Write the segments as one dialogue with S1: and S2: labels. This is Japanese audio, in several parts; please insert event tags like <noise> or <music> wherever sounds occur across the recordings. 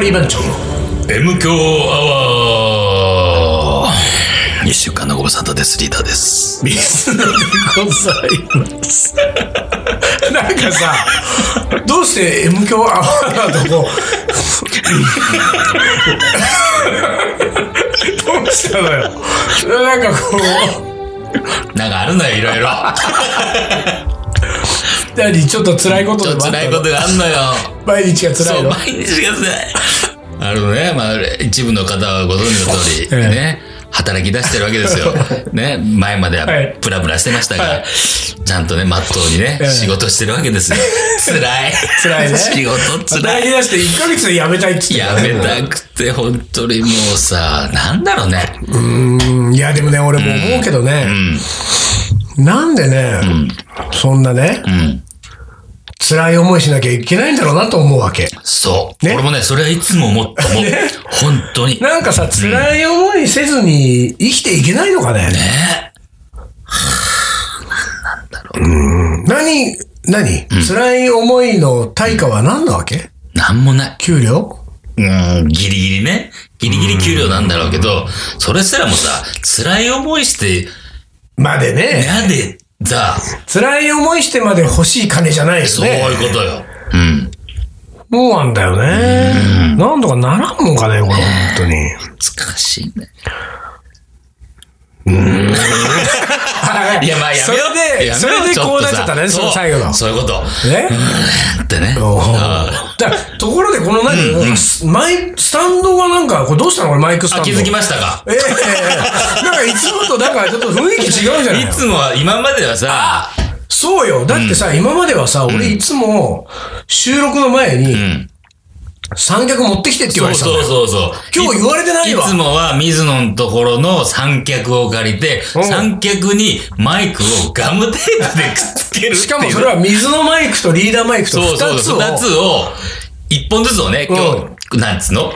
S1: リー番長
S2: M 強アワー
S3: 2週間のご無沙汰です。リーダーです。
S1: 水野でございます。なんかさ、どうして M 強アワーだとこう、どうしたのよ。なんかこう、
S2: なんかあるのよ、いろいろ。
S1: 何ちょっと辛いこ
S2: ち
S1: と
S2: ょ
S1: でも
S2: っと
S1: あった
S2: 辛い
S1: の
S2: ことがあんのよ。
S1: 毎日が辛
S2: そ、
S1: いうの。
S2: 毎日が辛い。あのね、まあ、一部の方はご存知の通
S1: え
S2: り、
S1: え
S2: ね、働き出してるわけですよ。ね、前までは
S1: はい
S2: ブラブラしてましたが、
S1: はい
S2: ちゃんとね、まっとうにね、
S1: ええ
S2: 仕事してるわけですよ。辛い。
S1: 辛いね
S2: 仕事辛
S1: 大
S2: い。
S1: 変だして1ヶ月で辞めたいっつって
S2: や
S1: たね
S2: めたくて、本当にもうさ、なんだろうね。
S1: うんいやでもね俺も思うけどね、なんでね、そんなね、
S2: ん
S1: 辛い思いしなきゃいけないんだろうなと思うわけ
S2: そう。
S1: ね
S2: 俺もね、それはいつも思って思う。本当に。ね
S1: なんかさ辛い思いせずに生きていけないのかね、何何、辛い思いの対価は何なわけ
S2: なんもない。
S1: 給料
S2: うん、ギリギリね。ギリギリ給料なんだろうけど、それすらもさ、辛い思いして、
S1: までね、
S2: 嫌で、さ、
S1: 辛い思いしてまで欲しい金じゃないよね。
S2: そういうことよ。うん。
S1: そうなんだよね。なんとかならんもんかね、これ、本当に。
S2: 難しいね。
S1: い
S2: いや、まあ、やめよう
S1: それで、
S2: や
S1: そ
S2: めよ
S1: れで
S2: ちょと
S1: こうなっちゃったね、
S2: さ
S1: その最後の。
S2: そうそういうこと。
S1: ね
S2: ってね。
S1: おーだからところで、この何、マイ、スタンドがなんか、これどうしたのこれマイクスタン
S2: あ、
S1: ド。
S2: 気づき
S1: ま
S2: ましたか
S1: ええええなんかいつもとなんかちょっと雰囲気違うじゃない
S2: いつもは、今まではさ、
S1: そうよ。だってさ、今まではさ、俺いつも収録の前
S2: う
S1: に
S2: ん。
S1: 三脚持ってきてって言わ
S2: そう
S1: れてたんだ
S2: そう
S1: よ。
S2: そうそう。
S1: 今日言われてない
S2: い
S1: わ
S2: つ。もは水野のところの三脚を借りて、
S1: うん
S2: 三脚にマイクをガムテープでくっつけるっていう。
S1: しかもそれは水のマイクとリーダーマイクと
S2: そ
S1: 二
S2: うそう
S1: つ
S2: そう、
S1: を。
S2: 二つを、一本ずつをね、今日、なんつうの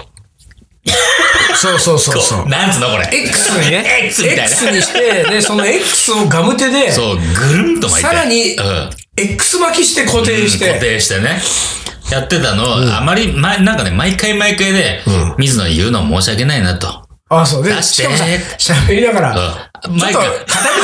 S1: そうそうそうそう
S2: こう。なんつうのこれ。
S1: X にね。
S2: <laughs> X みたいな
S1: X にして、で、その X をガム手で、
S2: そう、ぐるんと巻いて。
S1: さらに
S2: うん。
S1: X 巻きして固定し
S2: 固
S1: て、
S2: 定してね。やってたのを、あまり、ま、なんかね、毎回毎回で、水野に言うの申し訳ないなと。
S1: あ、そう。で、
S2: 出し
S1: し
S2: て
S1: かもさ、喋りながら、
S2: うん。
S1: ちょっと傾い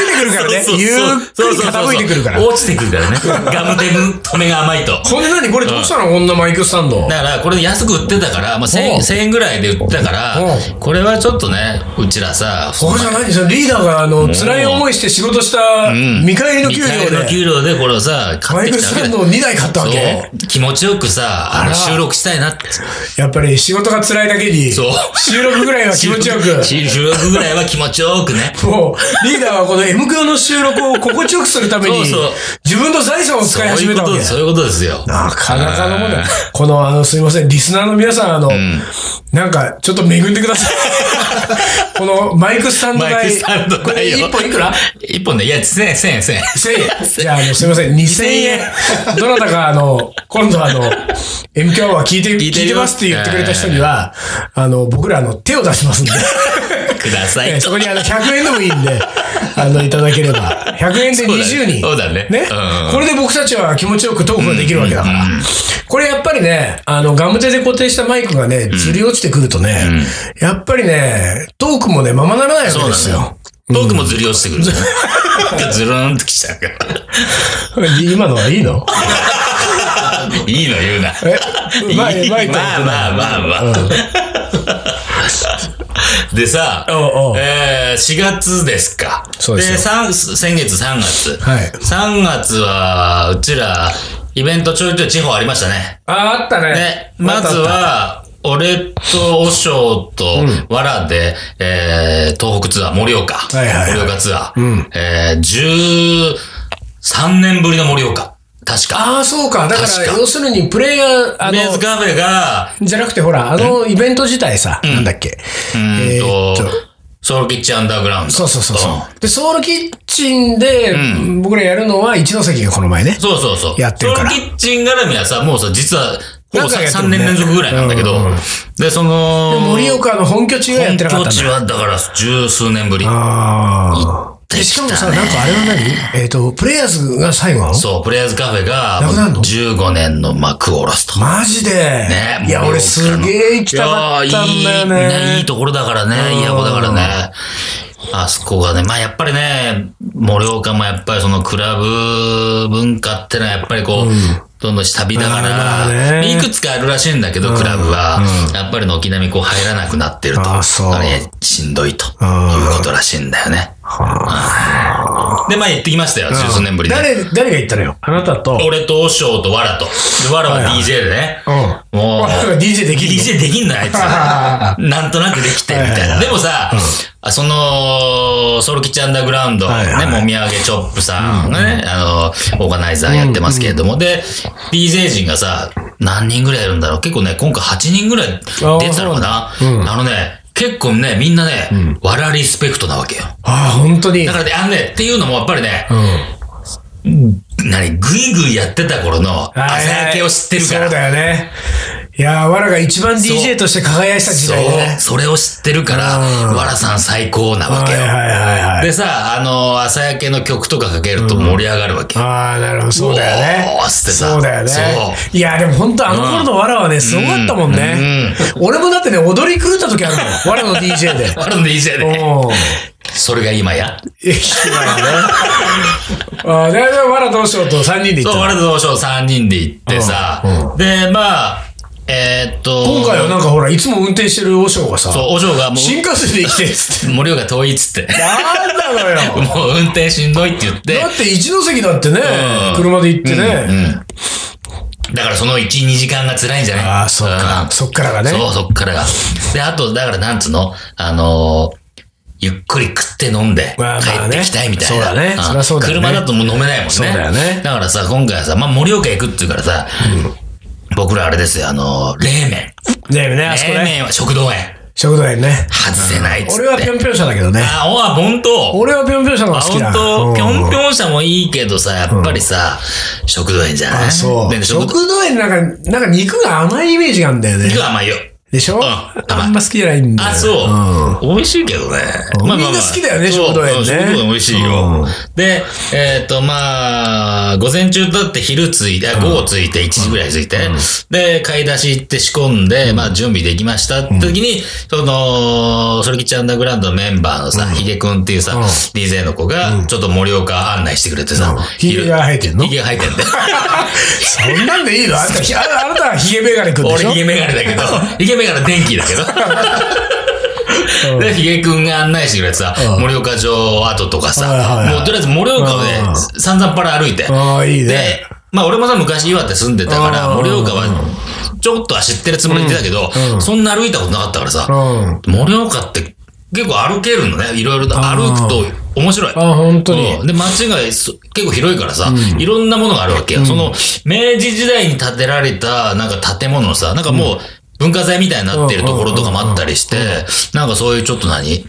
S1: てくるからね
S2: そう。
S1: ゆ
S2: そう
S1: っくり傾いてくるから
S2: そう。そうそう落ちてくるからね。
S1: <laughs>
S2: ガムテープ止めが甘いと。
S1: こんなにこれどうしたのこんなマイクスタンド。
S2: だから、これ安く売ってたから、まあ、1000
S1: お
S2: 円、
S1: う
S2: 1000円ぐらいで売ってたか
S1: お
S2: ら、これはちょっとね、うちらさ、
S1: これじゃないでしょ。リーダーが、あの、辛い思いして仕事した見返りの給料
S2: 二回の
S1: で、
S2: 給料でこれをさ、
S1: マ
S2: 買っ
S1: イク
S2: てきた
S1: ス
S2: わ
S1: タ
S2: け
S1: ン
S2: だ
S1: ドを2台買ったわけ
S2: そう。気持ちよくさ、あ
S1: あ
S2: の、
S1: ら
S2: 収録したいなって。
S1: やっぱり仕事が辛いだけに、
S2: そう
S1: 収録ぐらいは気持ちよ
S2: <laughs>
S1: く。
S2: 収収録ぐらいは <laughs> 気持ちよくね。
S1: もう、リーダーはこの M 響の収録を心地よくするために、
S2: そうそう
S1: 自分の財産を使い
S2: そう
S1: 始
S2: い
S1: め
S2: うこ
S1: たわ
S2: と
S1: け
S2: で
S1: だ
S2: す、そういうことですよ。
S1: なかなかのもんだ。この、あの、すいません、リスナーの皆さん、あの、なんか、ちょっと恵んでください。
S2: <laughs>
S1: この、マイクスタンド
S2: マイ
S1: 代
S2: クスタンド
S1: これ、
S2: 代
S1: 一
S2: よ
S1: 本いくら
S2: 一本ね、いや、1000円、1000円、1000円。
S1: ?1000 円。じゃあ、あの、すいません、2000円。どなたか、あの、今度あの、m k は聞いて、聞
S2: い
S1: い
S2: てるよ
S1: てますって言ってくれた人には、あの、僕ら、あの、手を出しますんで。
S2: くださ
S1: え
S2: い
S1: え
S2: と。
S1: そこにあの100円でもいいんで、あの、いただければ。100円で20人。
S2: そうだねそうだねうん
S1: これで僕たちは気持ちよくトークができるわけだから。これやっぱりね、あの、ガム手で固定したマイクがね、ずり落ちてくるとね、やっぱりね、トークもね、ままならないわけです
S2: そうな
S1: よ。
S2: 僕もずり落ちて
S1: <laughs>
S2: くる。ずるーんときちゃうから。
S1: <laughs> 今のはいいの
S2: いいの言うな。
S1: <laughs> え
S2: いい
S1: まあ、えまあ、
S2: まあまあまあまあ。 <laughs> でさ、
S1: おうおう
S2: えー4月ですか。
S1: そうですよ
S2: 三先月3月。
S1: はい
S2: 3月は、うちら、イベントちょいちょい地方ありましたね。
S1: あ、あったね。
S2: で、まず
S1: あっ
S2: は、俺と、おしょうと、わらで、えー東北ツアー、盛岡。
S1: いはいはい
S2: 盛岡ツアー。えー、13年ぶりの盛岡。確
S1: た。
S2: か。
S1: ああ、そうか。だか
S2: 確
S1: ら、
S2: か
S1: 要するに、プレイヤー、あ
S2: ベース
S1: の、
S2: カフェが、
S1: じゃなくて、ほら、あの、イベント自体さ、なんだっけ。
S2: うーん
S1: えーっ
S2: と
S1: と、
S2: ソウルキッチンアンダーグラウンド。
S1: そうそうそう
S2: うん
S1: そう。で、ソウルキッチンで、僕らやるのは一ノ関がこの前ね。
S2: そうそうそう。
S1: やってるから
S2: ソウルキッチン絡みはさ、もうさ、実は、ほぼ
S1: なんかやってるね
S2: 3年連続ぐらいなんだけど、で、その、
S1: 盛岡の本拠地がやってなかった
S2: 本
S1: ん
S2: 地
S1: だ。
S2: はだから十数年ぶり。
S1: ああ。
S2: って
S1: し
S2: き
S1: かも
S2: た
S1: さ、なん
S2: ね。
S1: かあれは何えっ、と、プレイヤーズが最後なの
S2: そう、プレイヤーズカフェが
S1: なくなるの
S2: 15年の幕を下ろすと。
S1: マジで。
S2: ね、
S1: いや、
S2: もう
S1: 俺すげえ行きたかったんだよ
S2: い
S1: ね。
S2: やいいねいいところだからね、いいやこだからね。あそこがね、まあやっぱりね、盛岡もやっぱりそのクラブ文化ってのはやっぱりこう、どんどん下火だか
S1: まあまあ
S2: ら、
S1: ね
S2: いくつかあるらしいんだけど、クラブは、やっぱり軒並みこう入らなくなってると。
S1: あそう
S2: あれ、しんどいという
S1: うん
S2: ことらしいんだよね。はいで、まあ行ってきましたよ、十数年ぶりで。
S1: 誰、誰が行ったのよあなたと。
S2: 俺と和尚とわらと。で、わらは DJ でね。
S1: うん。
S2: もう。
S1: DJ できるの
S2: DJ でき
S1: <laughs>
S2: んのあいつ。なんとなくできて、みたいな。でもさ、あその、ソルキッチアンダーグラウンド、
S1: はい
S2: ね、
S1: はい
S2: もみあげチョップさんがね、あの、オーガナイザーやってますけれども、で、DJ 陣がさ、何人ぐらいいるんだろう結構ね、今回8人ぐらい出てたのかな
S1: そうなんだうん
S2: あのね、結構ね、みんなね、わらリスペクトなわけよ。
S1: ああ、本当に。
S2: だからね、あのね、っていうのもやっぱりね
S1: う、ん。
S2: 何、ぐいぐいやってた頃の、朝焼けを知ってるから
S1: そう。だよね。いやー、わらが一番 DJ として輝いた時
S2: そう
S1: 代だね。
S2: それを知ってるから、
S1: うん
S2: わらさん最高なわ
S1: は
S2: け
S1: い
S2: よ。
S1: はいはいはい。
S2: でさ、あの、朝焼けの曲とかかけると盛り上がるわけ。
S1: ああ、なるほど、そうだよね
S2: うおーっつって。さ
S1: そうだよね
S2: そ。
S1: いやー、でも本当あの頃のわらはね、すごかったもんね。俺もだってね、踊り狂った時あるの。わらの DJ
S2: <laughs>
S1: で。
S2: わらの DJ で。
S1: おー。
S2: それが今や。
S1: いや今はね。あーで、でわらどうしようと3人で行っ
S2: そう、
S1: た
S2: わ
S1: の。
S2: らと同賞3人で行ってさ、で、まあ、えーっと、
S1: 今回はなんかほら、いつも運転してる和尚がさ、
S2: そう、お嬢がも
S1: 新幹線で行きてっつっ
S2: う、盛岡遠いっつって。 <laughs>
S1: て。なんだろうよ。
S2: もう運転しんどいって言って
S1: だ、って一ノ関だってね、
S2: うん
S1: 車で行ってね。
S2: うん。だからその1、2時間が辛いんじゃない
S1: ああ、そっ
S2: う
S1: か
S2: ん。
S1: そっからがね。
S2: そう、そっからが。で、あと、だから、なんつうのあのーゆっくり食って飲んで、帰
S1: まあまあ
S2: っ
S1: ね
S2: てきたいみたいな。
S1: そうだね
S2: ん
S1: そりゃそうだよね
S2: 車だともう飲めないもんね。
S1: そうだよね
S2: だからさ、今回はさ、まあ、盛岡行くっていうからさ、僕らあれですよ、あのー冷麺。
S1: ねえね、あそこ
S2: 冷
S1: ね。
S2: 麺は食堂へ
S1: 食堂園ね。
S2: 外せないっつって。
S1: 俺はぴょんぴょん車だけどね。
S2: あ、おわ、ほんと。
S1: 俺はぴょんぴょん車の
S2: あ、
S1: 方が好
S2: ほ
S1: きだ。
S2: んと。ぴょん
S1: ん。
S2: ぴょん車もいいけどさ、やっぱりさ、食堂へじゃない
S1: あ、そう。
S2: で
S1: 食
S2: 食堂
S1: 堂園なんか、なんか肉が甘いイメージがあるんだよね。
S2: が甘いよ。
S1: でしょ
S2: ん
S1: あ
S2: 甘い
S1: んま好きじゃないんだよ。
S2: あ、そう。美味しいけどね。
S1: うんみんな好きだよね
S2: そう
S1: 食堂園ね
S2: 食堂園美味しいよ。で、えっと、まあ、午前中だって昼ついて、あ午後ついて、1時ぐらいついて、で、買い出し行って仕込んで、まあ、準備できましたって時に、その、ソルキッチアンダーグラウンドのメンバーのさ、ヒゲくんっていうさ、DJ の子が、ちょっと盛岡案内してくれてさ、
S1: ヒゲが生えてんの
S2: ヒゲが生えてんだよ。
S1: そんなんでいいのあんた、ひああなたはヒゲメガネくんでし
S2: 俺
S1: ょ
S2: ヒゲメガネだけど、ヒゲメガネ電気だけ
S1: うん
S2: ど。で、ヒゲくんが案内してくれてさ、
S1: うん
S2: 盛岡城跡とか
S1: はいはい
S2: さ
S1: は、い
S2: もうとりあえず盛岡をね
S1: う、ん
S2: 散々パラ歩いて。
S1: ああ、いいね。
S2: で、まあ俺もさ、昔岩手住んでたから、
S1: うん
S2: 盛岡は、ちょっとは知ってるつもりで言ってたけど、そんな歩いたことなかったから
S1: う
S2: さ、
S1: ん。
S2: 盛岡って結構歩けるのね。いろいろと歩くと面白い。
S1: あ、本当
S2: う
S1: に。
S2: んで、街がそ結構広いからさ、いろんなものがあるわけよ。その、明治時代に建てられた、なんか建物のさ、なんかもう、文化財みたいになってるところとかもあったりして、なんかそういうちょっと何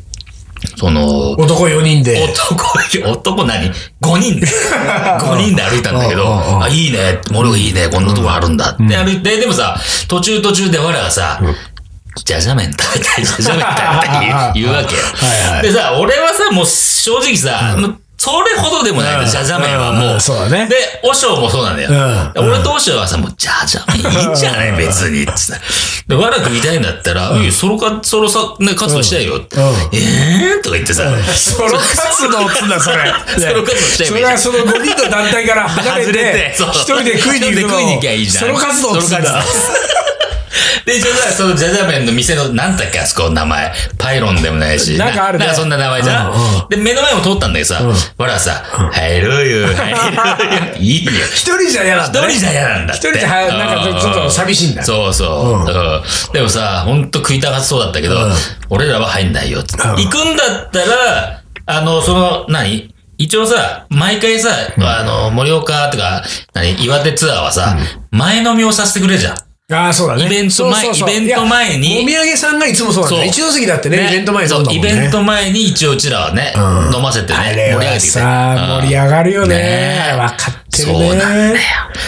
S2: その、
S1: 男4人で。
S2: 男、男何 ?5
S1: <laughs>
S2: 人で。5人で歩いたんだけど、
S1: うんうんうん
S2: あ、いいね、俺がいいね、こんなとこあるんだって歩いて、でもさ、途中途中で我らがさ、じゃじゃ麺食べたい、じゃじゃ麺食べたいって言う言うわけよ。
S1: はいはい
S2: でさ、俺はさ、もう正直さ、それほどでもないの、
S1: うん
S2: じゃじゃ麺は
S1: う
S2: もう。
S1: んそうだね
S2: で、和尚もそうなんだよ。
S1: う
S2: 俺と和尚はさ、もう、じゃじゃ麺いいんじゃない別に。ってさ。で、わらく見たいんだったら、うん、そろか、そろさ、ね、活動したいよ。えーとか言ってさ、
S1: ソロ活動っつうん
S2: <laughs>
S1: だ、それ。
S2: ソロ活動しちゃえ
S1: そ
S2: ばい
S1: れ
S2: いじゃ
S1: は
S2: ん
S1: その5人の団体から離れ
S2: <laughs> 外れ
S1: て
S2: て、そう
S1: 一人で食いに行くのを
S2: 一人で食いに行きゃいいじゃん
S1: ソロ活動っつうんだ。
S2: で、一応さ、そのジャジャ麺の店の、なんだっけ、あそこの名前。パイロンでもないし。
S1: なんかあるね
S2: なそんな名前じゃん
S1: うんう。
S2: で、目の前も通ったんだけどさ、ほらさ、入ろうよ、
S1: <laughs>
S2: 入ろうよ。いいよ。
S1: 一人じゃ嫌なんだ
S2: 一
S1: ね。
S2: 人じゃ嫌なんだって。
S1: 一人じゃはなんかちょっと寂しいんだ
S2: そうそう。うんでもさ、ほんと食いたがそうだったけど、俺らは入んないよって。行くんだったら、あの、その、何一応さ、毎回さ、あの、盛岡とか、何岩手ツアーはさ、前飲みをさせてくれるじゃん。
S1: ああ、そうだね。
S2: イベント前
S1: そうそうそう
S2: イベント前に
S1: いやお土産さんがいつもそうなんだ。
S2: そう
S1: 一ノ関だってね、
S2: ね
S1: イベント前に
S2: そ
S1: そううだもん
S2: イ
S1: ね。
S2: ベント前に一応うちらはね、飲ませてね、
S1: あ
S2: 盛り
S1: れ
S2: 上げて
S1: は
S2: きて。
S1: さ、盛り上がるよ
S2: ね
S1: ね。あれ分かっってるね。
S2: そうなんだ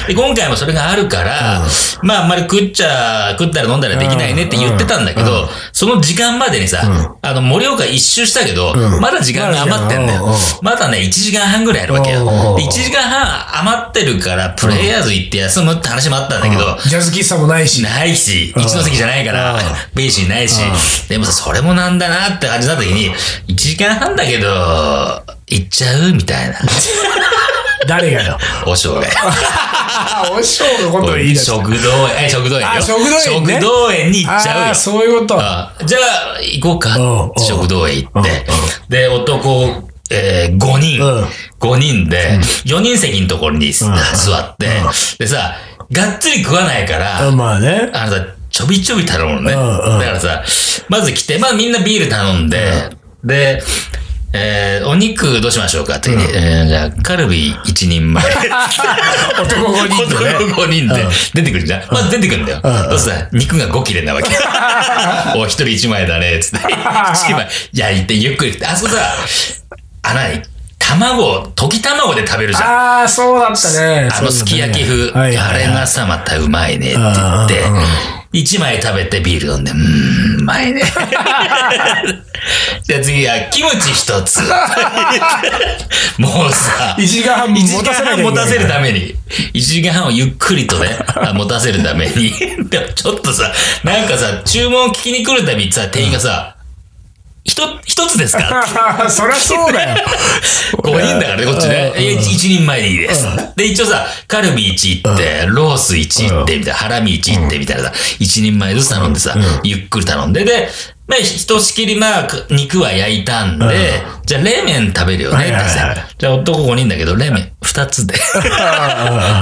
S2: で、今回もそれがあるから、まあ、あんまり食っちゃ、食ったら飲んだらできないねって言ってたんだけど、その時間までにさ、あの、盛岡一周したけど、まだ時間が余ってん
S1: まだ
S2: だよ
S1: 時間がうんうん。
S2: まだね、1時間半ぐらいあるわけよ。
S1: うん
S2: で
S1: うんうん
S2: 1時間半余ってるから、プレイヤーズ行って休むって話もあったんだけど、
S1: ジャズ喫茶もないし。
S2: ないし、一ノ関じゃないから、ベーシーないし、でもさ、それもなんだなって感じだった時に、1時間半だけど、行っちゃうみたいな。
S1: 誰
S2: <laughs>
S1: がよ。
S2: お正月。
S1: あ、お師匠のことを言い出した。
S2: 食堂園、え、食堂園よ
S1: あ食堂園ね
S2: 食堂園に行っちゃう
S1: あ
S2: よ
S1: ー。そういうこと。
S2: あじゃあ、行こうか
S1: うんうん。
S2: 食堂へ行って。で、男、えー、5
S1: うん
S2: 人、5人で、4人席のところに座って、でさ、がっつり食わないから、
S1: あまあね。
S2: あのさ、ちょびちょび頼むのね。
S1: うんうん
S2: だからさ、まず来て、まあみんなビール頼んで、で、えー、お肉どうしましょうかって、えーじゃあ、カルビ一人前。
S1: 男5人
S2: 男
S1: でね。
S2: 5人で出てくるじゃん。まず出てくるんだよ。そうするとさ、肉が5切れなわけ。お、一人一枚だね、つって。一枚焼いてゆっくり食って。あそこさ、あ、なに卵、溶き卵で食べるじゃん。
S1: ああ、そうだったね。
S2: あのすき焼き風、
S1: そうだね
S2: あれがさ、またうまいねって言って、一枚食べてビール飲んで、うーん、うまいね。 <laughs> じゃあ次は、キムチ一
S1: <laughs>
S2: つ。もうさ、
S1: 1時間半
S2: 1
S1: 持
S2: 時
S1: たせなき
S2: 間半
S1: ゃいけ
S2: 持
S1: な
S2: た
S1: い
S2: せるために、1時間半をゆっくりとね、
S1: <laughs>
S2: あ持たせるために。でもちょっとさ、なんかさ、注文を聞きに来るたびにさ、店員がさ、ひと、一つですか
S1: あーそりゃそうだよ。
S2: 5人だからね、こっちね。え一一人前でいいです。で、一応さ、カルビ1行って、ロース1行って、みたいな、ハラミ1行って、みたいなさ、一人前ずつ頼んでさ、ゆっくり頼んで、で、まあ、ひとしきりまあ、く肉は焼いたんで、じゃあ、冷麺食べるよね、って
S1: はいはいは
S2: さ
S1: い。
S2: じゃあ、男5人だけど、冷麺2
S1: <laughs>
S2: つで。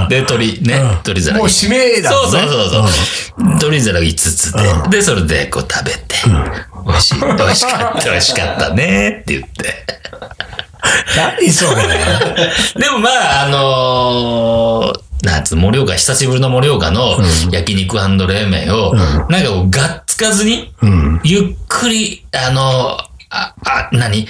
S2: で、鶏ね、鶏皿
S1: もう
S2: に
S1: 指名だもん
S2: そう
S1: ね。
S2: そうそうそう。鶏皿5つで、で、それでこう食べて、美味しい、美味しかった、美味しかったね、って言って。
S1: 何それ。
S2: <laughs> でもまあ、あのー、なんつう、盛岡、久しぶりの盛岡の焼肉冷麺を、なんかこう、がっつかずに、ゆっくり、あのー、あ、あ、何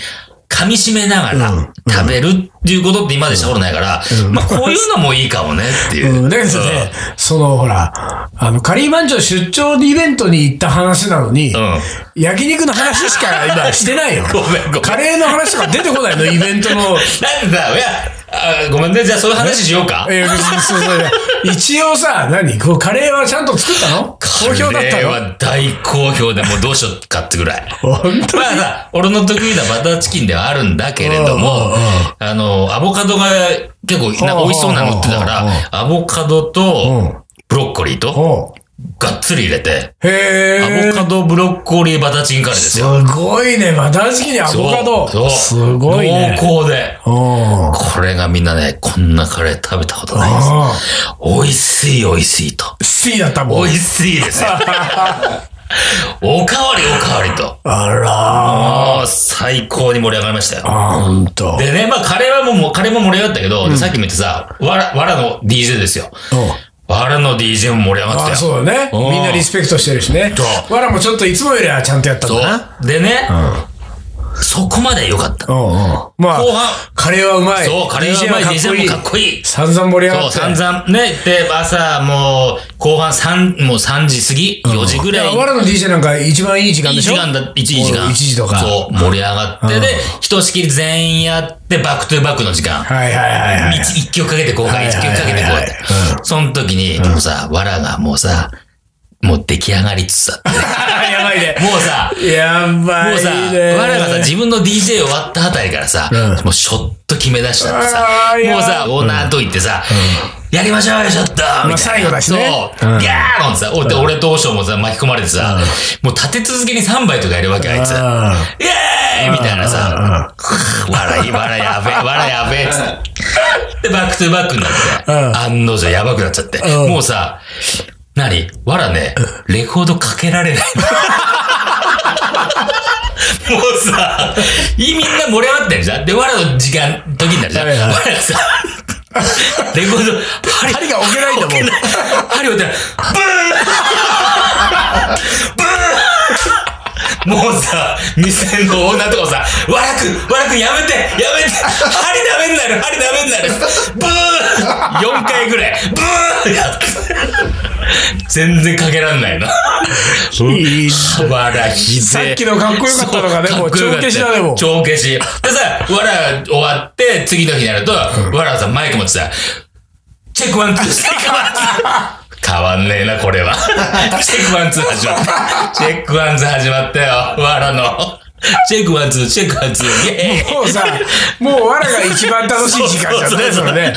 S2: 噛み締めながら食べるっていうことって今までしたことないから、まあこういうのもいいかもねっていう。
S1: うん、だけどね、そのほら、あの、カリーマンジョ出張イベントに行った話なのに、
S2: うん
S1: 焼肉の話しか今してないよ。
S2: ごめんごめん
S1: カレーの話とか出てこないの、イベントの。
S2: なんでさ、いや、あごめんね、じゃあそういう話しようか。
S1: えーそうそうそう一応さ、何こうカレーはちゃんと作ったの好評だっ
S2: カ
S1: た
S2: レー
S1: の
S2: は大好評で、もうどうしようかってぐらい。
S1: 本当に
S2: まあさ、俺の得意なバターチキンではあるんだけれども、あの、アボカドが結構なんか美味しそうなの売ってたから、アボカドとブロッコリーと
S1: おう
S2: がっつり入れて、
S1: へ
S2: ア
S1: ー
S2: ボカドブロッコリーバターチキンカレーです
S1: す
S2: よ。
S1: ごいね。また時期にアボカ
S2: そ
S1: ド。
S2: う
S1: すごいね。
S2: 濃厚で。
S1: うん
S2: これがみんなね、こんなカレー食べたことないです。
S1: あ
S2: 美味しい美味しいと。
S1: あ、C だったもん。
S2: 美味しいですよ。おかわりおかわりと。
S1: あらー。
S2: ああ、最高に盛り上がりましたよ。
S1: あ、ほんと。
S2: でね、まあ、カレーはもうもう、カレーも盛り上がったけど、でさっきも言ってさ、わら、わらの DJ ですよ。
S1: うん
S2: わらの DJ も盛り
S1: あ
S2: 上がって
S1: あ、
S2: たよ。
S1: そうだね。
S2: うん
S1: みんなリスペクトしてるしね
S2: そ。う
S1: わらもちょっといつもよりはちゃんとやったんだな。
S2: そう。でね、そこまで良かった。
S1: うん
S2: 後
S1: うん。まあ、
S2: 半、
S1: カレーはうまい。
S2: そう、カレーはうまい、
S1: DJ も
S2: DJ も
S1: か
S2: か
S1: っ
S2: っ
S1: こいい。
S2: こいい。
S1: 散々盛り上が
S2: そう、
S1: って。
S2: 散々ね。で、朝、もう、後半3、もう3時過ぎ、4時ぐ
S1: いや
S2: らいに
S1: わらの DJ なんか一番いい時間
S2: 1
S1: でし
S2: 時
S1: ょ
S2: 間だ、1時
S1: もう
S2: 間。
S1: 1時とか。
S2: そう、盛り上がって、で、ひとしきり全員やって、バックトゥーバックの時間。
S1: はいはいはいは
S2: <laughs>
S1: い。
S2: 一一曲かけてこう
S1: は
S2: か、
S1: いはい
S2: 一曲かけてこうって
S1: は。
S2: その時に、もうさ、わらがもうさ、もう出来上がりつつあっ
S1: やばいね
S2: て。。もうさ、
S1: やばいね。
S2: もうさ、わらがさ、自分の DJ 終わったあたりからさ
S1: う、
S2: もうショット決め出したってさ
S1: あー、いや
S2: もうさ、オーナーと言ってさ、やりましょうよ、ショットみたい
S1: まあ
S2: な。
S1: 最後だし
S2: そう。ギ
S1: ね
S2: ャーンってさ、おで俺と和尚もさ、巻き込まれてさ、もう立て続けに3杯とかやるわけ、あいつ。
S1: あ
S2: イエーイみたいなさ、笑い、笑い、やべえ、笑い、やべえっつって。で、バックトゥーバックになっ
S1: う
S2: て、
S1: ん
S2: 案の定やばくなっちゃって、
S1: うん
S2: もうさ、何わらね、レコードかけられない。もうさ、いみんな盛り上がってるじゃん。で、わらの時間、時になるじゃん。
S1: は
S2: わ
S1: いはい
S2: らさ、レコード、針
S1: 針が置けないんだもん
S2: 置けない針置いてない。ブーンブーンもうさ、店のオーナーとかもさ、わらく、わらくやめて、やめて、針ダメになる、針ダメになる、ブー !4 回ぐらい、ブーやって。全然かけらん
S1: <laughs>
S2: ないな。
S1: いい
S2: わら、ひぜ。
S1: さっきのかっこよかったのがね
S2: そう
S1: もう
S2: かっこよかった
S1: 帳消しだねもう
S2: 帳消し。でさ、わら終わって、次の日になると、わらさんマイク持ってさ、チェック
S1: <laughs>
S2: ワンツー、チェックワンツー。変わんねえな、これは。チェックワンツー始まった。チェックワンツー始まったよ、わらの。チェックワンツー、チェックワンツー、イェーイ。
S1: もうさ、もうわらが一番楽しい時間じゃないですよね。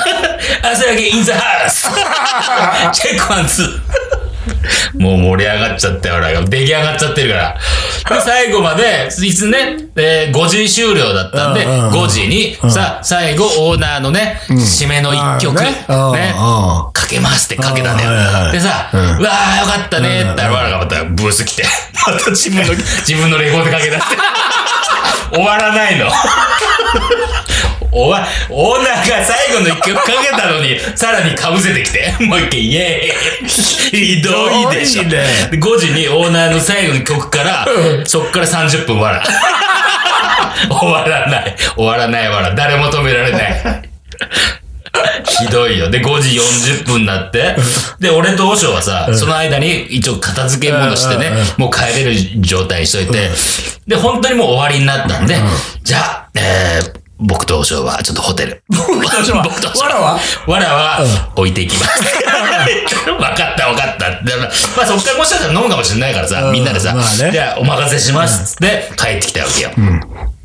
S2: 朝焼けインザハウス
S1: <laughs>
S2: チェックワンツーもう盛り上がっちゃったよ、俺が。出来上がっちゃってるから。で、最後まで、いつね、えー5時終了だったんで、
S1: うんうんうん
S2: 5時に、さ、最後、オーナーのね、締めの一曲、
S1: あー
S2: ね
S1: ね、うんうん
S2: かけますってかけたんだ
S1: うんはいは
S2: よ。
S1: い
S2: でさ、うわー、よかったねって、わらがまたブース来て、また自分の、 <laughs> 自分のレコードかけ
S1: <laughs>
S2: 出して。終わらないの。おわ、オーナーが最後の一曲かけたのに、さらに被せてきて、もう一回、イエーイひどいでしょ。
S1: ひどいね
S2: で5時にオーナーの最後の曲から、そっから30分笑う。終わらない。終わらない笑う。誰も止められない。ひどいよ。で、5時40分になって、で、俺と和尚はさ、その間に一応片付け物してね
S1: うんうんうん、
S2: もう帰れる状態にしといて、で、本当にもう終わりになったんで、じゃあ、えー、僕と和尚はちょっとホテル。僕と
S1: 和尚は
S2: 和
S1: <laughs> わらは
S2: わらは置いてい
S1: <laughs>
S2: きます。 <laughs> 分かった分かったって。でまあそっからもしかしたら飲むかもしれないからさ、みんなでさ、
S1: まあね
S2: じゃあお任せしますっつって帰ってきたわけよ。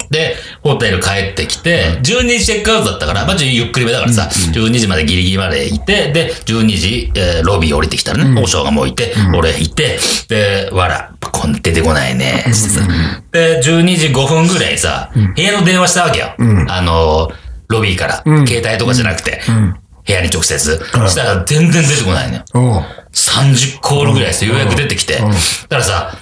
S2: で、ホテル帰ってきて、12時チェックアウトだったから、まあ、ゆっくりめだからさ、12時までギリギリまでいて、で、12時、えーロビー降りてきたらね、王将がもういて、俺いて、で、わら、こん出てこないね、ってさで、12時5分ぐらいさ、部屋の電話したわけよ。あのー、ロビーから、携帯とかじゃなくて、部屋に直接。したら全然出てこないのよ。
S1: うん。
S2: 30コールぐらいしてようやく出てきて、だからさ、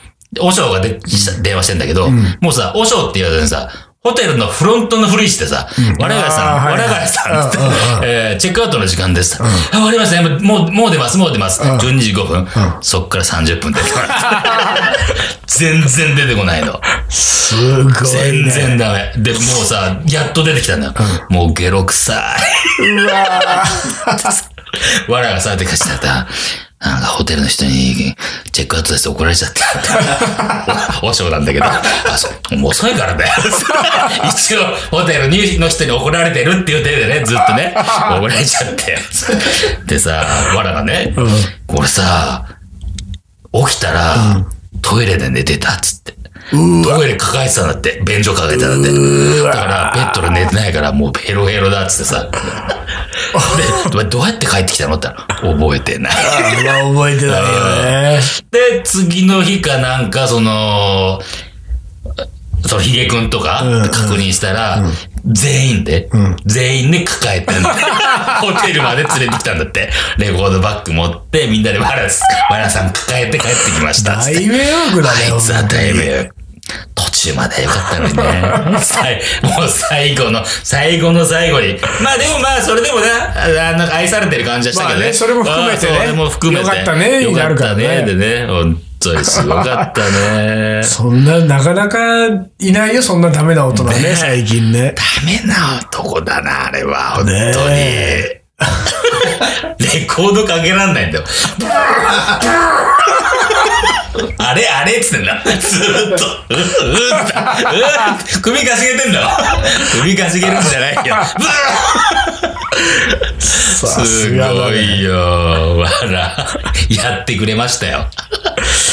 S2: 和尚がでした電話してんだけど、もうさ、和尚って言われてさ、ホテルのフロントのふりしてさ、我々さ
S1: あ
S2: ん、
S1: ーはい
S2: 我
S1: はい
S2: 々さんって
S1: うんうん、
S2: えーチェックアウトの時間です。あ終わりましたね。もう、もう出ます、もう出ます。12時5分。そっから30分出てこない。
S1: <laughs>
S2: 全然出てこないの。
S1: すごい、ね。
S2: 全然ダメ。で、もうさ、やっと出てきたんだよ。もうゲロ臭い。
S1: うわ
S2: わらがさ、でかしてたら、なんかホテルの人にチェックアウトして怒られちゃった。お和尚なんだけど、あ、そう、もう遅いからだよ。一応、ホテルにの人に怒られてるっていう手でね、ずっとね、怒られちゃって。でさ、わらがね、俺さ、起きたら、トイレで寝てたっつって。トイレ抱えてたんだって。便所抱えてたんだって。だから、ベッドで寝てないから、もうヘロヘロだっつって <laughs> さ。で、お前どうやって帰ってきたのって言ったら、覚えてない。
S1: あんま覚えてないよね。
S2: で、次の日かなんか、その、そのヒゲくんと
S1: んう
S2: か
S1: ん
S2: 確認したら、全員で、全員で抱えてん <laughs> だホテルまで連れてきたんだって。レコードバッグ持って、みんなでバラス、バラさん抱えて帰ってきましたっつって。
S1: 大迷惑だね。
S2: あいつはだいぶ、途中までよかったの
S1: <laughs>
S2: にね。最もう最後の、最後の最後に。まあでもまあ、それでもね、ああなんか愛されてる感じはしたけどね。
S1: まあねそれも含めてね
S2: ああそれも含めて。
S1: よかったね
S2: よ
S1: にな
S2: かっ
S1: るか
S2: た
S1: らね
S2: ね。でね、本当にすごかった
S1: <laughs>
S2: ね。
S1: そんな、なかなかいないよ、そんなダメな大人
S2: ね
S1: ね、最近ね。
S2: ダメな男だな、あれは、本当に。
S1: ね <laughs> え
S2: レコードかけらんない
S1: <laughs>
S2: んだよ。あれあれっつってんだ。ずーっと。うーうーってうーって首かしげてんだよ。首かしげるんじゃないよ。
S1: <laughs>
S2: ブー
S1: さ
S2: す
S1: すがだ
S2: ご
S1: ね。
S2: いよ。わら。やってくれましたよ。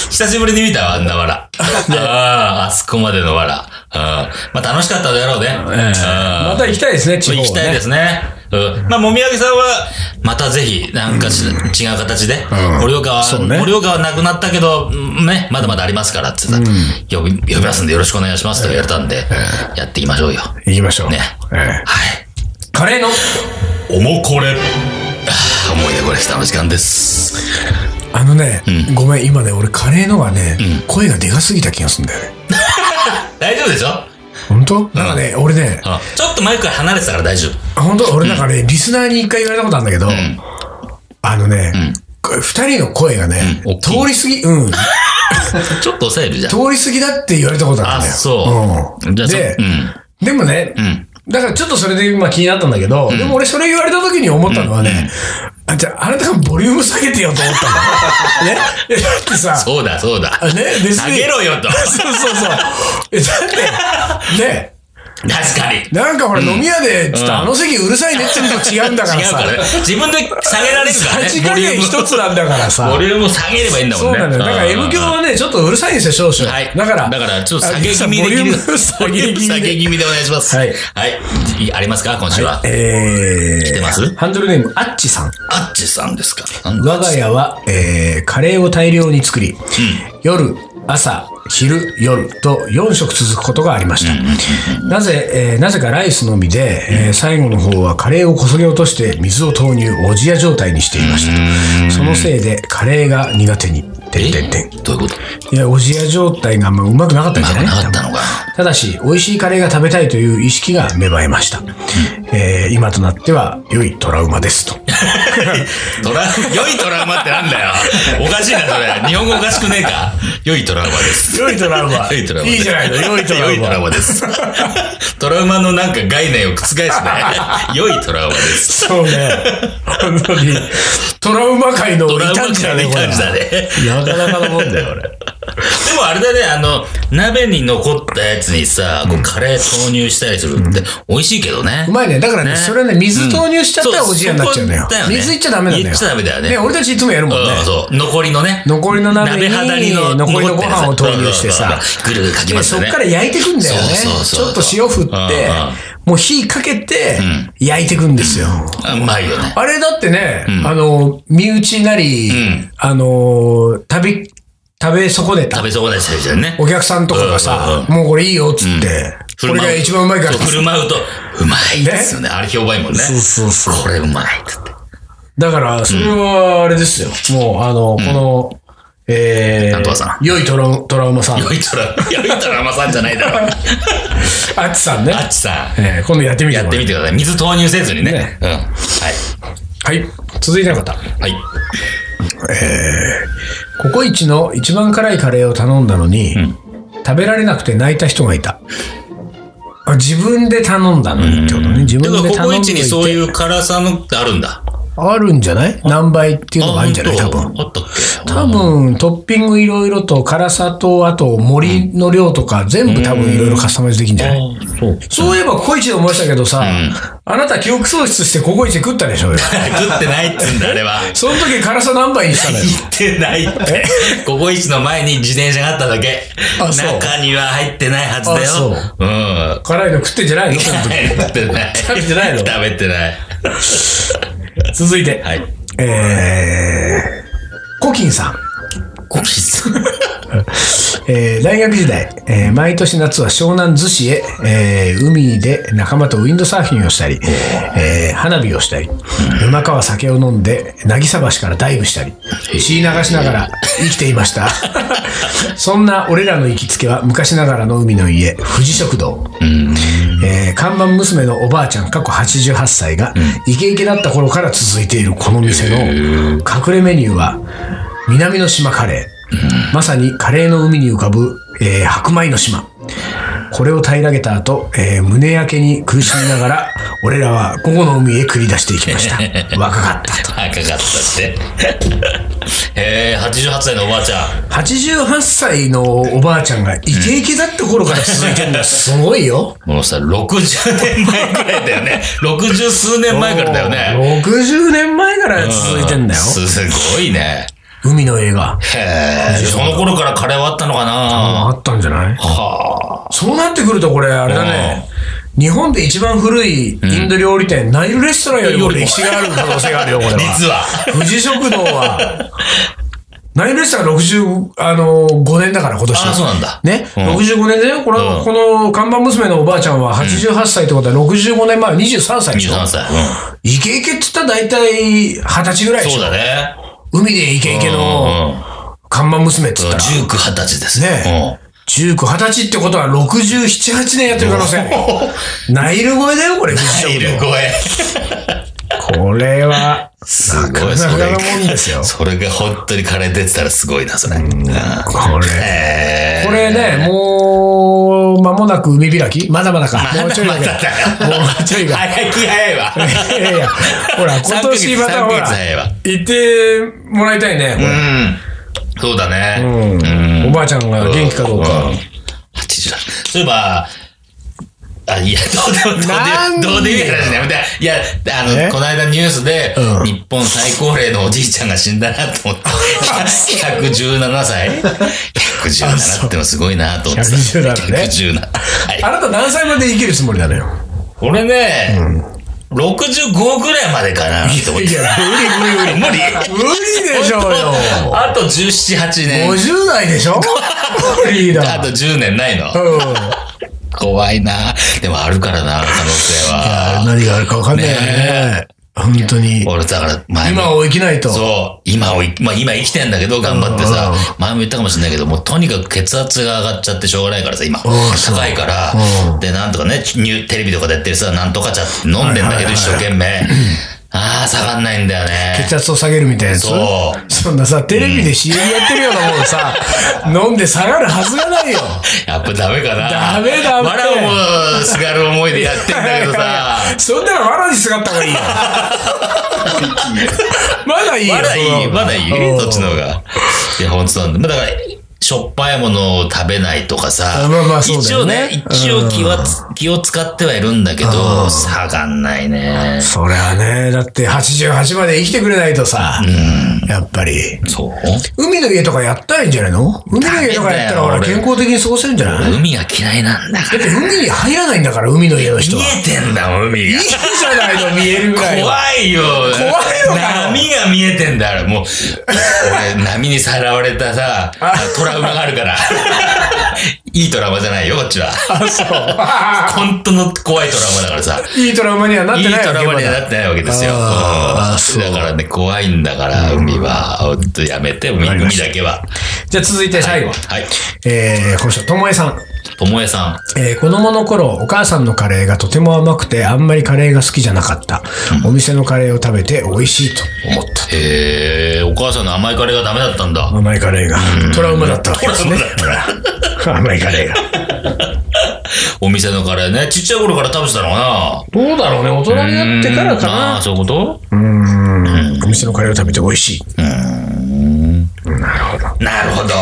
S2: 久しぶりに見たわ、あんなわら。ああ、あそこまでのわら。ああまあ楽しかっただろうね。ああ
S1: また行きたいですね、地方、ね。
S2: 行きたいですね。うん、まあ、もみあげさんは、またぜひ、なんかし、違う形で、盛、岡は、
S1: そうね
S2: 盛岡はなくなったけど、うんね、まだまだありますからってさ、呼び、呼びますんでよろしくお願いしますと言われたんで、やっていきましょうよ。
S1: 行きましょう。
S2: ね
S1: ええ
S2: はい。
S1: カレーの
S2: おもこれ。あー思い出これしたの時間です。
S1: あのね、ごめん、今ね、俺カレーのがね、声がでかすぎた気がするんだよね。
S2: 大丈夫でしょ
S1: 本当なんかね、俺ね、
S2: あちょっとマイクから離れてたから大丈夫。
S1: あ本当俺なんかね、リスナーに一回言われたことあるんだけど、
S2: ん
S1: あのね、これ二人の声がね
S2: うん大、きい
S1: 通り過ぎ、うん。
S2: ちょっと抑えるじゃん
S1: 通。り過ぎだって言われたことあるんだよ。
S2: あそう
S1: うん
S2: じゃあそ
S1: で、
S2: うん
S1: でもね、
S2: ん
S1: だからちょっとそれで今気になったんだけど、でも俺それ言われた時に思ったのはね、あじゃああなたがボリューム下げてよと思ったの。
S2: <laughs>
S1: ね <laughs> いやだってさ、
S2: そうだ、そうだ。
S1: ね別
S2: <laughs> 下
S1: に
S2: げろよと。
S1: そうそうそう。え、だって、ね、
S2: 確 <laughs> かに。
S1: なんかほら飲み屋で、ちょっとあの席うるさいねって言うのと違うんだから
S2: 違う
S1: さ
S2: か。らね。自分で下げられるからね。
S1: さじ加減一つなんだからさ
S2: ボリュームを下げればいいんだも
S1: そう
S2: んね。
S1: なんだよ。だから M 響はね、ちょっとうるさいんですよ、少々。
S2: はい。
S1: だから、
S2: だから、ちょっと
S1: あ
S2: 下げ気味で。
S1: ボリューム
S2: 下
S1: 下
S2: げ
S1: げ気味で。
S2: 気味でお願いします。
S1: はい
S2: はい。いありますか今週は。
S1: えー、来
S2: てます
S1: ハンドルネーム、あっちさん。
S2: あっちさんですかなんだ
S1: 我が家は、えー、カレーを大量に作り、夜、朝、昼、夜と4食続くことがありました。なぜ、えーなぜかライスのみで、えー最後の方はカレーをこそげ落として水を投入、おじや状態にしていました。そのせいでカレーが苦手に。てんてんてん。
S2: どういうこと
S1: いや、おじや状態があんまうまくなかったんじゃない
S2: なかったのか。
S1: ただし、美味しいカレーが食べたいという意識が芽生えました。えー今となっては良いトラウマですと。
S2: トラ、 <laughs> 良いトラウマってなんだよ。おかしいな、それ。日本語おかしくねえか。 <laughs> 良いトラウマで
S1: <laughs>
S2: す。
S1: 良いトラウマ
S2: <laughs> 良いトラウマです。
S1: いいじゃないの良いトラウマ
S2: 良いトラウマです。
S1: <laughs>
S2: トラウマのなんか概念を覆すね。良いトラウマです。
S1: そうね。本当に。トラウマ界の
S2: トラウ
S1: 異
S2: マ
S1: 端児だね、
S2: の
S1: これ。
S2: 感じだね。
S1: なかなかのもんだよ、俺。
S2: でもあれだね、あの、鍋に残ったやつにさ、こうカレー投入したりするって、美味しいけどね。
S1: うまいね。だからね、それはね、水投入しちゃったらおじやになっちゃうのよ
S2: そうそこだよ。ね
S1: 水いっちゃダメなんだよ。
S2: いっちゃダメだよね
S1: 俺たちいつもやるもんね。
S2: うん、そう。残りのね。
S1: 残りの鍋に
S2: 肌
S1: 残りのご飯を投入してさ
S2: ぐるぐるかき
S1: で
S2: ます
S1: そっ
S2: よね。
S1: から焼いてくんだよね。
S2: そうそうそうそう
S1: ちょっと塩振って
S2: うんうん、
S1: もう火かけて、焼いてくんですよ。
S2: あうまいよね。
S1: あれだってね、あの、身内なり、
S2: ん
S1: あの、食べ、食べ損ねた
S2: 食べ損ねしたりしてね。
S1: お客さんとかがさ、もうこれいいよっつって、
S2: 振
S1: こ
S2: る
S1: れ
S2: 舞
S1: が
S2: う
S1: 一番うまいから
S2: そう振る舞うと、うまいですよね。あれ評判いいもんね。
S1: そうそうそう
S2: これうまいっつって。
S1: だから、それはあれですよ。もう、あの、この、え
S2: なんとかさ
S1: ー、良いトラウトラウマさん、 <laughs>
S2: よいたら、よいたらまさんじゃないだろ。
S1: あっちさんね
S2: あ。っちさん。
S1: えー今度やってみて
S2: や
S1: もら
S2: って
S1: う
S2: みてください。水投入せずにね
S1: ね。
S2: うん。は
S1: はい。続いての方。
S2: い。はい。
S1: ココイチの一番辛いカレーを頼んだのに、食べられなくて泣いた人がいた。あ自分で頼んだのにってことね。自
S2: だ
S1: 分
S2: か
S1: で
S2: ら、コ
S1: 頼
S2: コイ
S1: ん
S2: チ
S1: で
S2: にそういう辛さのってあるんだ。
S1: あるんじゃない何倍っていうのがあるんじゃない多分。
S2: あったっけ
S1: 多分、トッピングいろいろと辛さと、あと森の量とか、全部多分いろいろカスタマイズできんじゃない
S2: あそう。
S1: そういえばココイチで思いましたけどさ、あなた記憶喪失してココイチ食ったで
S2: <laughs>
S1: しょうよ。
S2: 食ってないっつうんだ、あれは。
S1: その時辛さ何倍に
S2: <laughs>
S1: したのよ。
S2: 行ってないって。ココイチの前に自転車があっただけ。
S1: あそう
S2: 中には入ってないはずだ
S1: あ
S2: よ。
S1: そう
S2: うん。
S1: 辛いの食ってんじゃないのその時
S2: 食べてない。
S1: 食べてないの
S2: 食べてない。
S1: 続いて、
S2: はい。
S1: えー、コキンさん。
S2: コキス。
S1: えー大学時代、えー毎年夏は湘南逗子へ、えー海で仲間とウィンドサーフィンをしたり、えー花火をしたり、沼川酒を飲んで、渚橋からダイブしたり、血流しながら生きていました。 <laughs> そんな俺らの行きつけは昔ながらの海の家、富士食堂。えー看板娘のおばあちゃん、過去88歳が、イケイケだった頃から続いているこの店の隠れメニューは、南の島カレー。まさにカレーの海に浮かぶ、えー白米の島。これを平らげた後、えー胸焼けに苦しみながら、
S2: <laughs>
S1: 俺らは午後の海へ繰り出していきました。若かった。
S2: 赤かったって。えー、88歳のおばあちゃん。
S1: 88歳のおばあちゃんがイケイケだった頃から続いてるんだ。すごいよ。
S2: もうさ、60年前くらいだよね。60数年前からだよね。
S1: もう60年前から続いてんだよ
S2: う。すごいね。
S1: 海の映画。
S2: へえ、その頃からカレーはあったのかな
S1: あったんじゃない
S2: は
S1: そうなってくるとこれ、あれだね。日本で一番古いインド料理店、ナイルレストランよりも歴史がある可能性があるよ、こ <laughs> れは。
S2: 実は。
S1: 富士食堂は、
S2: <laughs>
S1: ナイルレストラン65、あの5年だから、今年。
S2: あそうなんだ
S1: ね。
S2: うん
S1: 65年だよ。この、
S2: うん
S1: この看板娘のおばあちゃんは88歳ってことは65年前、23歳でしょ。
S2: 23歳。うん
S1: イケイケって言ったら大体20歳ぐらいでし
S2: そう
S1: ょ。
S2: だね。
S1: 海でイケイケ
S2: うん
S1: の看板娘って言ったら。
S2: 19、20歳です
S1: ね
S2: ね。
S1: 19、20歳ってことは67、8年やってる可能性あるよ。ナイル越えだよ、これ、富士
S2: うん。
S1: 食
S2: い
S1: 堂
S2: る声。
S1: これは、
S2: すご
S1: な
S2: い
S1: かなかなもんですよ。
S2: それが本当にカレー出てたらすごいな、それ。あー
S1: これ。
S2: えー
S1: これね、もう、間もなく海開きまだまだか。もうちょいだけ。
S2: まだまだ
S1: もうちょいだ
S2: 早い気早いわ。
S1: け。いやいや、ほら、今年また
S2: 3
S1: ほ
S2: ヶ
S1: ら
S2: 月、早いわ。
S1: 行ってもらいたいね。こ
S2: う
S1: れ
S2: ん。そうだね。
S1: うんおばあちゃんが元気かどうか。
S2: ん。80だ。そういえば、あ、いや、どうでも、
S1: なんで
S2: どうでも、どうでもいい話だよ。いや、あ
S1: え
S2: の、この間ニュースで、
S1: うん
S2: 日本最高齢のおじいちゃんが死んだなと思って、117歳 ?117 ってもすごいなと思ってた。
S1: 117ね
S2: 117。はい。
S1: あなた何歳まで生きるつもりなのよ。
S2: 俺ね、65ぐらいまでかなって思って
S1: いや、無理無理無理。
S2: 無理
S1: 無理でしょうよ。
S2: あと17、8年。
S1: 50代でしょ無理
S2: あ
S1: だ
S2: と。10年ないの。
S1: うん。
S2: 怖いなでもあるからな、可能性は。
S1: 何があるかわかんないよね。本当に。
S2: 俺、だから前も、
S1: 今を生きないと。
S2: そう、今をい、まあ今生きてんだけど頑張ってさ、前も言ったかもしれないけど、もうとにかく血圧が上がっちゃってしょうがないからさ、今。
S1: ああそう
S2: 高いから
S1: う、ん
S2: で、なんとかね、ニューテレビとかでやってるさ、なんとか茶って飲んでんだけど、一生懸命。ああ、下がんないんだよ
S1: <laughs>
S2: ね。
S1: 血圧を下げるみたいなやつ
S2: そう
S1: そんなさ、テレビで CM やってるようなものさ、飲んで下がるはずがないよ。
S2: やっぱダメかな。
S1: ダメだって
S2: わらをもすがる思いでやってんだけどさ。
S1: そんなのわらにすがった方がい
S2: <laughs>
S1: いよ。まだいいよ。
S2: まだいい、まだい
S1: うん
S2: い、そっちの方が。いや、本当なんだ。まあだから、しょっぱいものを食べないとかさ。
S1: あまあまあそうだよね
S2: 一応ね、一応気はつ、気を使ってはいるんだけど、下がんないね。
S1: そりゃね、だって88まで生きてくれないとさ、やっぱり。
S2: そう
S1: 海の家とかやったらいいんじゃないの海の家とかやったらほら
S2: ダメだ
S1: 健
S2: よ
S1: 康的に過ごせるんじゃないだ
S2: 海が嫌いなんだか
S1: っ
S2: ら。
S1: て海に入らないんだから、海の家の人
S2: 見
S1: は。
S2: えてんだもん、海が
S1: いい。じゃないの、見えるぐらいは。
S2: 怖いよ。怖
S1: いのかよ
S2: 波が見えてんだ、あれ。もう、俺、波にさらわれたさ、トラウマがある
S1: <laughs>
S2: から。いいトラウマじゃないよ、こっちは。 <laughs> 本当の怖いトラウマだからさ。
S1: いいトラウマにはなっ
S2: いい
S1: てない
S2: トラウマに
S1: 現場
S2: は
S1: だ
S2: なってないわけですよ。うん
S1: あーそう
S2: だからね、怖いんだから、海は、ほんとやめて、海
S1: かりまし
S2: 海
S1: た
S2: だけは。
S1: じゃあ続いて最後。
S2: はい。
S1: えー、この人、ともえさん。
S2: ともえさ
S1: えー子供の頃、お母さんのカレーがとても甘くて、あんまりカレーが好きじゃなかった。お店のカレーを食べて美味しいと思った。
S2: ん。へえ、お母さんの甘いカレーがダメだったんだ。
S1: 甘いカレーが。トラウマだったわけですね。ほら <laughs> 甘いカレーが。
S2: お店のカレーね、ちっちゃい頃から食べてたのか
S1: どうだろうね、大人
S2: な
S1: になってからか
S2: ああー、
S1: な。
S2: そういうこと
S1: うん。お店のカレーを食べて美味しい。なるほど。
S2: なるほど。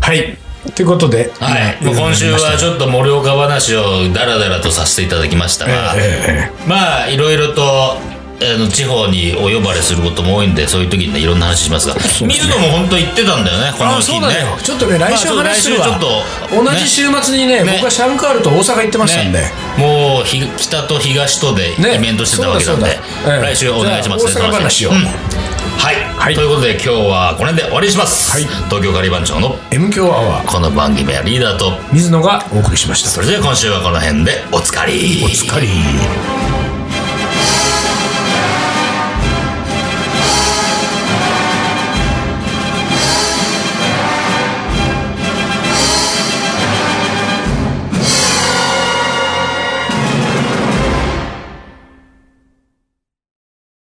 S1: はい。ということで、
S2: はい。もう今週はちょっと盛岡話をダラダラとさせていただきましたが、
S1: え
S2: まあ、いろいろと、あの、地方にお呼ばれすることも多いんで、そういう時にね、いろんな話しますが、水野も本当言ってたんだよね、この
S1: あ、
S2: 日
S1: そう
S2: ね。
S1: だよ。ちょっとね、来週
S2: まあ
S1: 話するわ。
S2: 来週ちょっと
S1: 同じ週末にね、
S2: ね
S1: 僕はシャンカールと大阪行ってましたんで。
S2: もうひ北と東とで
S1: ね
S2: イベントしてたわけなんで、
S1: そうだそうだええ
S2: 来週お願いしますね
S1: じゃあ大阪話を
S2: その話はい、
S1: い
S2: ということで今日はこの辺で終わりにします、
S1: はい
S2: 東京カリバン長の
S1: M 強アワー、
S2: この番組はリーダーと
S1: 水野がお送りしました。
S2: それでは今週はこの辺でおつかりお
S1: お疲れ。